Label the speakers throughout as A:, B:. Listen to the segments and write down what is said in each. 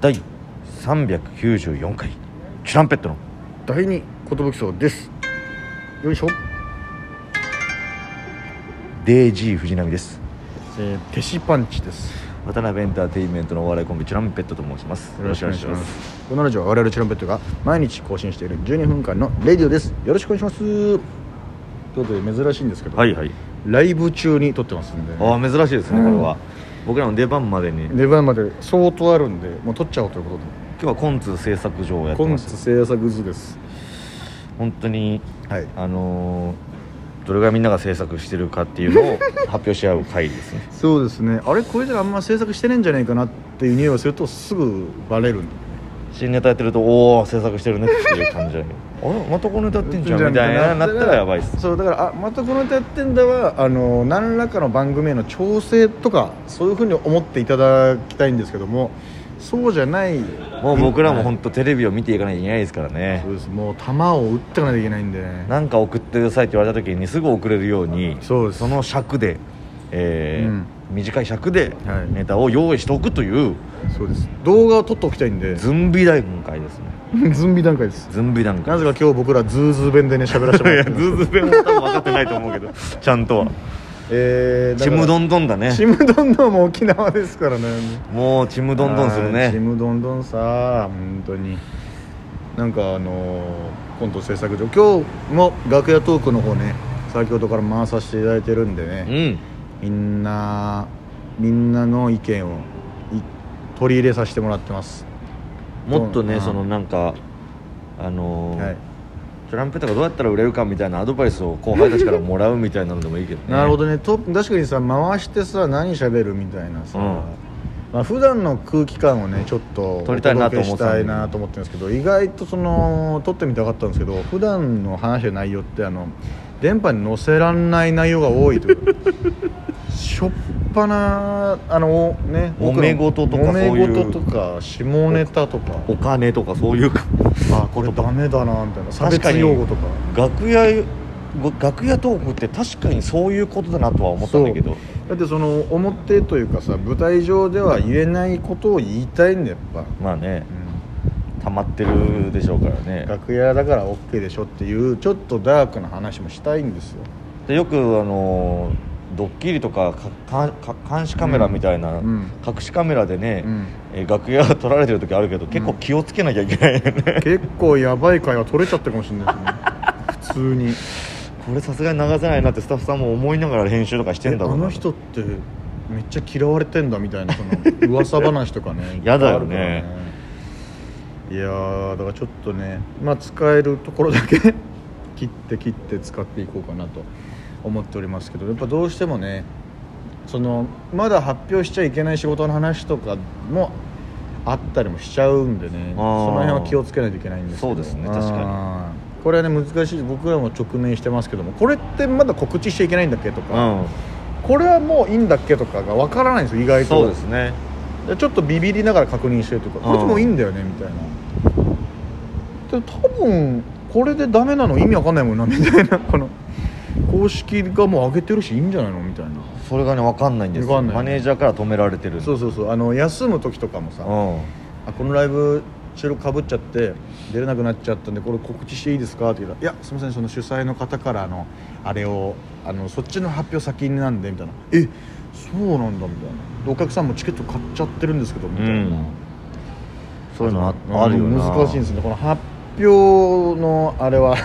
A: 第394回チュランペットの
B: 第二寿荘ですよいしょ、
A: デイジー藤波です
B: えー、ペシパンチです
A: 渡辺エンターテインメントのお笑いコンビチュランペットと申しますよろしくお願いします
B: このラジオは我々チュランペットが毎日更新している12分間のレディオですよろしくお願いしますということで珍しいんですけど、
A: はいはい
B: ライブ中に撮ってますんで、
A: ああ珍しいですねこれは僕らの出番までに今
B: 出番まで相当あるんでもう撮っちゃおうということで
A: 日はコンツ製作所をやって
B: コン
A: ま
B: ツ
A: す
B: 制作図です
A: 本当に
B: はい
A: あのーどれがみんなが制作してるかっていうの を発表し合う会ですね
B: そうですねあれこれじゃあんま制作してねえんじゃないかなっていう匂いをするとすぐバレるんで
A: 新ネタやってるとおお制作してるねっていう感じで あれまたこのネタやってんじゃんみたいななったらやばいっす
B: そうだからあまたこの歌やってんだはあの何らかの番組への調整とかそういうふうに思っていただきたいんですけどもそうじゃない
A: もう僕らも
B: はい
A: 本当テレビを見ていかなきゃいけないですからね
B: そうですもう球を打っていかないといけないんでね
A: なんか送ってくださいって言われた時にすぐ送れるように
B: そうです
A: その尺で、えー短い尺で
B: はい
A: ネタを用意しておくという
B: そうです動画を撮っておきたいんで
A: ズンビ大分会ですね
B: 準備段階です
A: ズンビ段階
B: なぜか今日僕らズーズー弁でね喋らせて も
A: いや
B: らって
A: ズ
B: ます
A: ーズー弁も多分分かってないと思うけ どちゃんとは
B: えーだ
A: ち
B: から
A: むどんどんだね
B: ちむどんどんも沖縄ですからね
A: もうちむどんどんする
B: はいち
A: ね
B: むどんどんさ本当になんかあのーコント制作所今日も楽屋トークの方ね先ほどから回させていただいてるんで
A: う
B: ね
A: ん
B: みんなみんなの意見をい取り入れさせてもらってます
A: もっと
B: う
A: ね
B: ん
A: そのなんかあのー
B: はい
A: トランペットがどうやったら売れるかみたいなアドバイスを後輩たちからもらうみたいなのでもいいけどね
B: なるほどねと確かにさ回してさ何喋るみたいなさ、
A: うん
B: まあ普段の空気感をねちょっと
A: 撮りたいなと思ってたん
B: お
A: で
B: 届けしたいなと思ってるんですけど意外とその撮ってみたかったんですけど普段の話の内容ってあの電波に載せらんない内容が多いという しょっぱなあのね
A: 揉め事とか
B: 揉め
A: そういう
B: 事とか下ネタとか
A: お金とかそういうか
B: あこれダメだなみたいな差
A: 確か
B: 別
A: に
B: 用語とか
A: 楽屋ご楽屋トークって確かにそういうことだなとは思ったんだけど
B: だってその表というかさ舞台上では言えないことを言いたいんだよやっぱ、
A: まあね
B: う
A: 溜まってるでしょうから
B: ん、
A: ね
B: 楽屋だから OK でしょっていうちょっとダークな話もしたいんですよ
A: でよくあのドッキリとかかかか監視カメラみたいな、
B: うんうん
A: 隠しカメラでね、
B: うん
A: えー楽屋撮られてる時あるけど結構気をつけなきゃいけないよね、 こ
B: 結構やばい会話取れちゃってるかもしれないですね普通に
A: れさすがに流せないなってスタッフさんも思いながら編集とかしてんだ
B: え
A: ろ
B: あ
A: うな
B: の人ってめっちゃ嫌われてんだみたいなその噂話と かね
A: やだよね
B: いっぱいあるからねいやーだからちょっとねまあ使えるところだけ 切って切って使っていこうかなと思っておりますけどやっぱどうしてもねそのまだ発表しちゃいけない仕事の話とかもあったりもしちゃうんでね
A: あー
B: その辺は気をつけないといけないんですけど
A: そうですね確かに
B: にこれはね難しい僕らも直面してますけどもこれってまだ告知しちゃいけないんだっけとか、
A: うん
B: これはもういいんだっけとかがわからないんですよ意外と
A: そうですね
B: でちょっとビビりながら確認してるとか
A: ん
B: これでもいいんだよねみたいなで多分これでダメなの意味わかんないもんなみたいな この公式がもう上げてるしいいんじゃないのみたいな
A: それがね分かんないんですよ
B: わかんない
A: マネージャーから止められてる
B: そううそうそうあの休む時とかもさ
A: ん
B: あこのライブ収録かぶっちゃって出れなくなっちゃったんでこれ告知していいですかって言ったら「いやすみませんその主催の方からのあれをあのそっちの発表先なんで」みたいな「えそうなんだ」みたいなでお客さんもチケット買っちゃってるんですけどみたいな、
A: うんそういうのああるよな
B: 難しいんですねこの発表のあれは い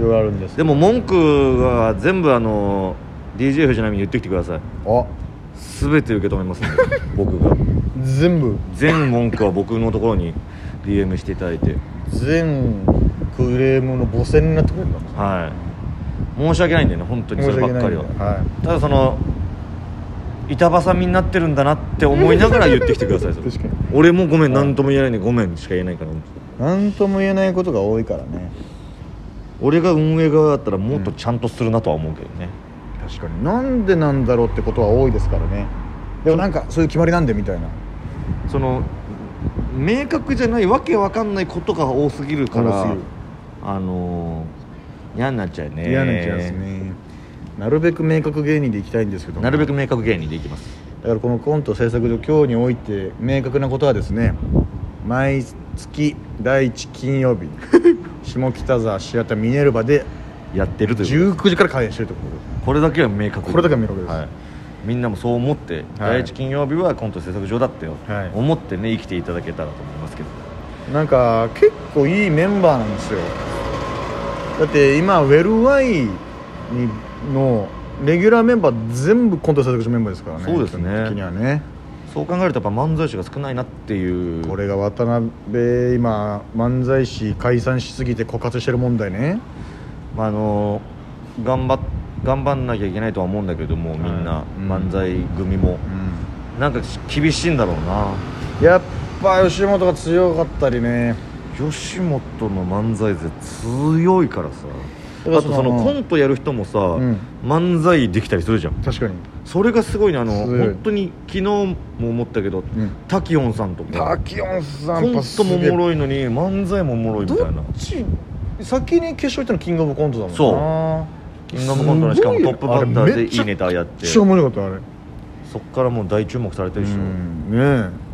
B: ろいろあるんですけ
A: でも文句は全部あの DJ 藤波に言ってきてください
B: どあ
A: 全て受け止めますん で僕が
B: 全部
A: 全文句は僕のところに DM していただいて
B: 全クレームの母船になってくれるんだもん
A: はい申し訳ないんだよね本当にそればっかりは
B: 申し訳ないんで
A: ただその板挟みになってるんだなって思いながら言ってきてください それ
B: 確かに
A: 俺もごめん何とも言えないねごめんしか言えないから
B: はい何とも言えないことが多いからね
A: 俺が運営側だったらもっとちゃんとするなとは思うけどね、
B: 確かになんでなんだろうってことは多いですからねでもなんかそういう決まりなんでみたいな
A: その明確じゃないわけわかんないことが多すぎるから
B: 多すぎる
A: あのー嫌になっちゃうね
B: 嫌な気がすねなるべく明確芸人でいきたいんですけど
A: なるべく
B: く
A: 明確芸人でいきます
B: だからこのコント制作所今日において明確なことはですね毎月第1金 曜日下北沢シアターミネルバで
A: やってるというこ
B: 19時から開演してるとこ
A: とこれだけは明確
B: これだけは明確です
A: はいみんなもそう思って、第一金曜日はコント制作所だってよ、
B: はい
A: 思ってね生きていただけたらと思いますけど
B: ろなんか結構いいメンバーなんですよだって今ウェルワイにのレギュラーメンバー全部コント制作所メンバーですからね
A: そうですね
B: 基本的にはね
A: そう考えるとやっぱ漫才師が少ないなっていう
B: これが渡辺今漫才師解散しすぎて枯渇してる問題ね
A: まああの頑張っ頑張んなきゃいけないとは思うんだけどもみんな
B: は、いうん
A: 漫才組も
B: うん
A: なんかし厳しいんだろうな
B: やっぱ吉本が強かったりね
A: 吉本の漫才勢強いからさ
B: だから
A: あ
B: そ
A: と
B: の
A: そのコントやる人もさ、
B: ん
A: 漫才できたりするじゃん
B: 確かに
A: それがすごいねあの
B: すごい
A: 本当に昨日も思ったけど、
B: ん
A: タキオンさんと
B: タ
A: か
B: キオンさ
A: コ
B: んやっ
A: ン
B: ぱ
A: トもおも
B: い
A: ろいのに漫才もおもろいみたいな
B: どっち先に決勝行ったのキングオブコントだもんな
A: そキングオブコントのしかも
B: す
A: ト
B: ごい
A: ップバッターでいいネタやっ
B: め
A: て
B: っちゃ
A: そ
B: 面白かったあれ
A: っからもう大注目されてるでしょ、
B: うんねえ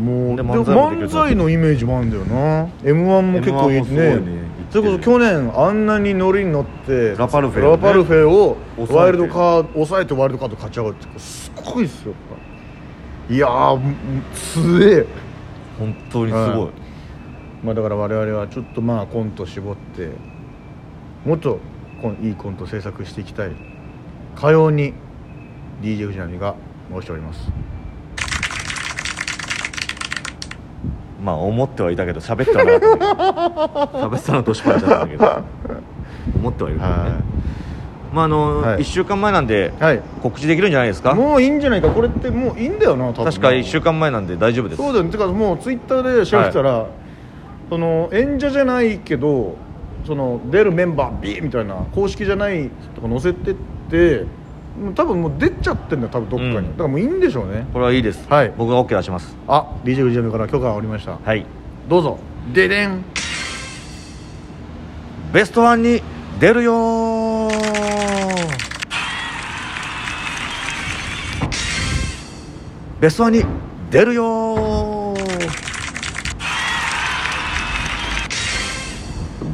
B: もう
A: で
B: で
A: 漫
B: も
A: 才もできる
B: 漫才のイメージもあるんだよな m 1も結構いい
A: M1 もすごいね
B: ねそれこそ去年あんなにノリに乗って
A: ラパルフェをね
B: ラパルフェを
A: 抑えて
B: ワイルドカード抑えてワイルドカード勝ち上がるってすごいっすよやっぱいやーもう強え
A: 本当にすごい、
B: はいまあだから我々はちょっとまあコント絞ってもっとこんいいコント制作していきたいかように DJ 藤波が申しております
A: まあ思ってはいたけど喋ってはなか ったね喋ってたのとしばらだったんだけど思ってはいるけどね、
B: は
A: まああの、
B: はい
A: 1週間前なんで
B: い、はい、
A: 告知できるんじゃないですか
B: もういいんじゃないかこれってもういいんだよな多分
A: 確か1週間前なんで大丈夫です
B: そうだよねてかもうツイッターで調べてたら、その演者じゃないけどその出るメンバー B みたいな公式じゃないとか載せてってもう多分もう出ちゃってんだよ多分どっかに、
A: うん
B: だからもういいんでしょうね
A: これはいいです、
B: はい
A: 僕が OK 出します
B: あ DJ 藤波から許可がおりました
A: はい
B: どうぞででん
A: ベストワンに出るよーベストワンに出るよー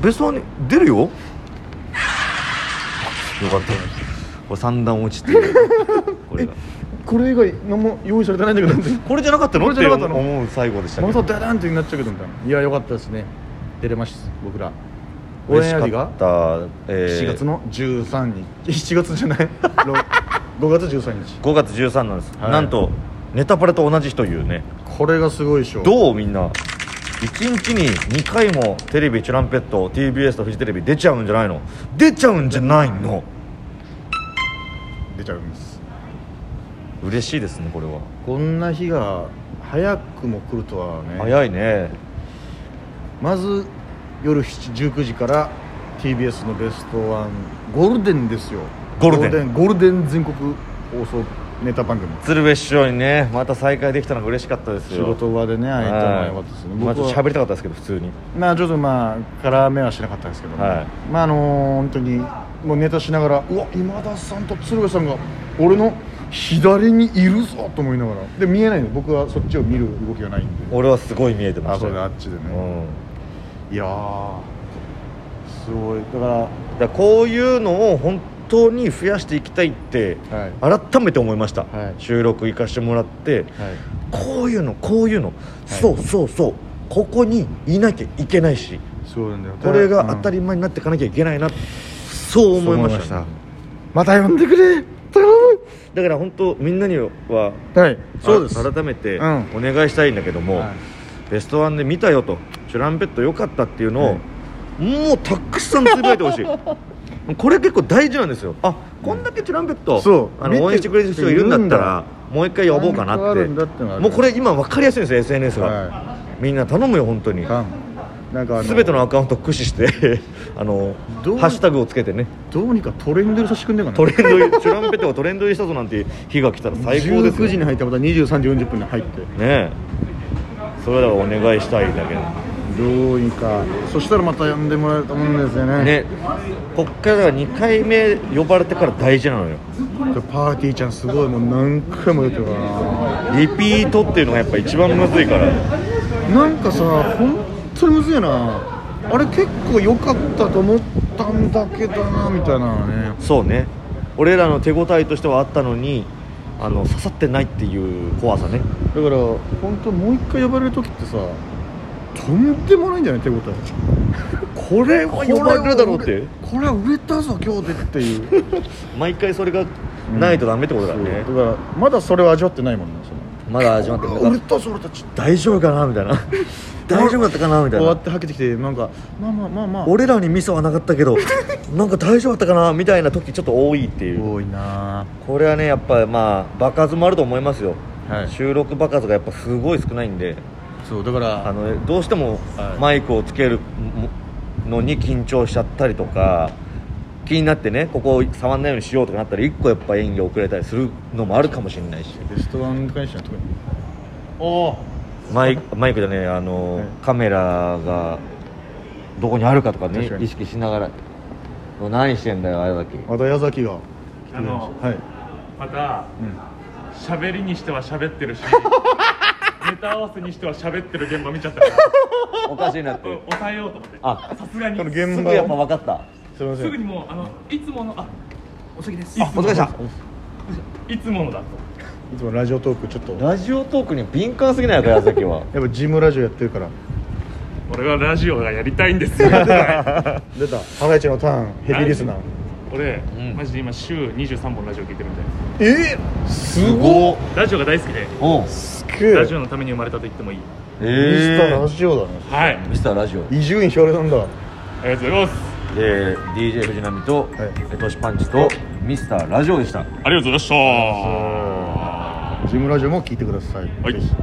A: ベストワンに出るよよかったこれ三段落ちっていうこ れが
B: これ以外何も用意されてないんだけど
A: これじゃなかったの
B: これじゃなかったの
A: って思う最後でした
B: ま
A: け
B: た
A: ど
B: デデンってなっちゃうけどみたいないやよかったですね出れました僕ら応
A: 嬉
B: 援
A: し
B: ア
A: か
B: リが
A: った、えー
B: 7月の13日7月じゃないろ5月13日
A: 5月13なんです、
B: はい
A: なんとネタパレと同じ日というね
B: これがすごいでしょ
A: どうみんな1日に2回もテレビチュランペット TBS とフジテレビ出ちゃうんじゃないの出ちゃうんじゃないの
B: 出ちゃうんです
A: 嬉しいですねこれは、
B: こんな日が早くも来るとはね
A: 早いね
B: まず夜7 19時から TBS のベストワンゴールデンですよ
A: ゴールデン
B: ゴールデンゴールデン全国放送ネタ番組
A: 鶴瓶師匠にねまた再会できたのが嬉しかったです
B: 仕
A: よ
B: 事場でね会えたのは
A: は
B: 良か
A: い
B: ったですね
A: まあちょっと喋
B: は
A: りたかったですけど普通に
B: まあちょっとまあ絡めはしなかったですけども、
A: はい
B: まああのー本当にもうネタしながらうわ今田さんと鶴瓶さんが俺の左にいるぞと思いながらで見えないの僕はそっちを見る動きがないんで
A: 俺はすごい見えてま
B: あ
A: した
B: そうだあ
A: よ
B: っちでね、
A: うん
B: いやーすごいだか
A: だからこういうのを本当に増やしていきたいって
B: らはい
A: 改めて思いました、
B: はい
A: 収録行かしてもらって、
B: はい
A: こういうのこういうの、そうそうそうここにいなきゃいけないし
B: そうなんだよ
A: これが当たり前になっていかなきゃいけないな、そう思いました
B: そう思いままた呼んでくれ頼
A: だから本当みんなには
B: むはいそうです
A: あ改めて
B: うん
A: お願いしたいんだけども、
B: はい
A: ベストワンで見たよとチュランペット良かったっていうのを、
B: はい
A: もうたくさんつぶやいてほしい これ結構大事なんですよあこんだけチュランペット、
B: そう
A: あ
B: 見
A: の
B: て
A: 応援してくれる人いるんだったらもう一回呼ぼうかな
B: なんかあ
A: って
B: るんだってのはある
A: もうこれ今分かりやすいんですよ SNS が、
B: は
A: みんな頼むよ本当に
B: かんなんかあの
A: 全てのアカウント駆使して あの
B: どう
A: ハッシュタグをつけてね
B: どうにかトレンドに差し組んでるか
A: ト
B: な
A: レンド入りチュランペットがトレンド入りしたぞなんて日が来たら最高ですよ
B: 19時に入ってまた23時40分に入って
A: ねえそれだからお願いしたいだけど
B: どうにかそしたらまた呼んでもらえると思うんですよね
A: ねこっから2回目呼ばれてから大事なのよ
B: でパーティーちゃんすごいもう何回も出てるからな
A: リピートっていうのがやっぱ一番むずいから
B: なんかさ本当にむずいなあれ結構良かったと思ったんだけどなみたいなのね
A: そうね俺らの手応えとしてはあったのにあの刺さってないっていう怖さね
B: だから本当もう一回呼ばれる時ってさとんでもないんじゃない手応え
A: これは呼ばれるだろうって
B: これは売れたぞ今日でっていう
A: 毎回それが ないとダメってことだね、
B: そうだからまだそれを味わってないもんねその
A: まだ始まって
B: あ
A: な
B: 売
A: い
B: れたぞ俺たち
A: 大丈夫かなみたいな大丈夫だったかなみたい
B: 終わ
A: な
B: ってはけてきてなんかまあまあまあまあ
A: 俺らにミスはなかったけどなんか大丈夫だったかなみたいな時ちょっと多いっていう
B: 多いな
A: これはねやっぱまあ場数もあると思いますよ、
B: はい
A: 収録場数がやっぱすごい少ないんで
B: そうだから
A: あのどうしても
B: はい
A: マイクをつけるのに緊張しちゃったりとか気になってねここを触んないようにしようとかなったら一個やっぱ演技遅れたりするのもあるかもしれないし
B: ベストワンに関しては特にお
A: マイマイクじゃねえあの、
B: はい
A: カメラがどこにあるかとかね
B: 確かに
A: 意識しながらもう何してんだよあれだけ
B: また矢崎が
C: あの
B: はい
C: また
B: う
C: 喋りにしては喋ってるしネタ合わせにしては喋ってる現場見ちゃったから
A: おかしいなって
C: お抑えようと思って
A: あ
C: さすがに
B: この
A: す
B: 現
A: ぐやっぱ分かった
B: んすみます
C: ぐ
B: せん
C: にもうあのいつものあお先です
A: あお疲れ様でした
C: いつものだと
B: いつもラジオトークちょっとやっ
A: ラジオトークに敏感すぎないか矢崎 は
B: ぱジムラジオやってるから
C: 俺はラジオがやりたいんですよ
B: 出たハライチのターンヘビーリスナー
C: 俺、
A: うん
C: マジで今週23本ラジオ聞いてるみたいです
B: えー、すごっ
C: ラジオが大好きで
A: おう
B: すげえ
C: ラジオのために生まれたと言ってもいい
A: え
B: ミスター
A: ー
B: ラジオだね
C: はい
A: ミスターラジオ
B: 伊集院光なんだ
C: ありがとうございます
A: で DJ 藤波と、えトシパンチとミスターラジオでした
C: ありがとうございました
B: ジムラジオも聞いてください
C: はい
B: ぜひ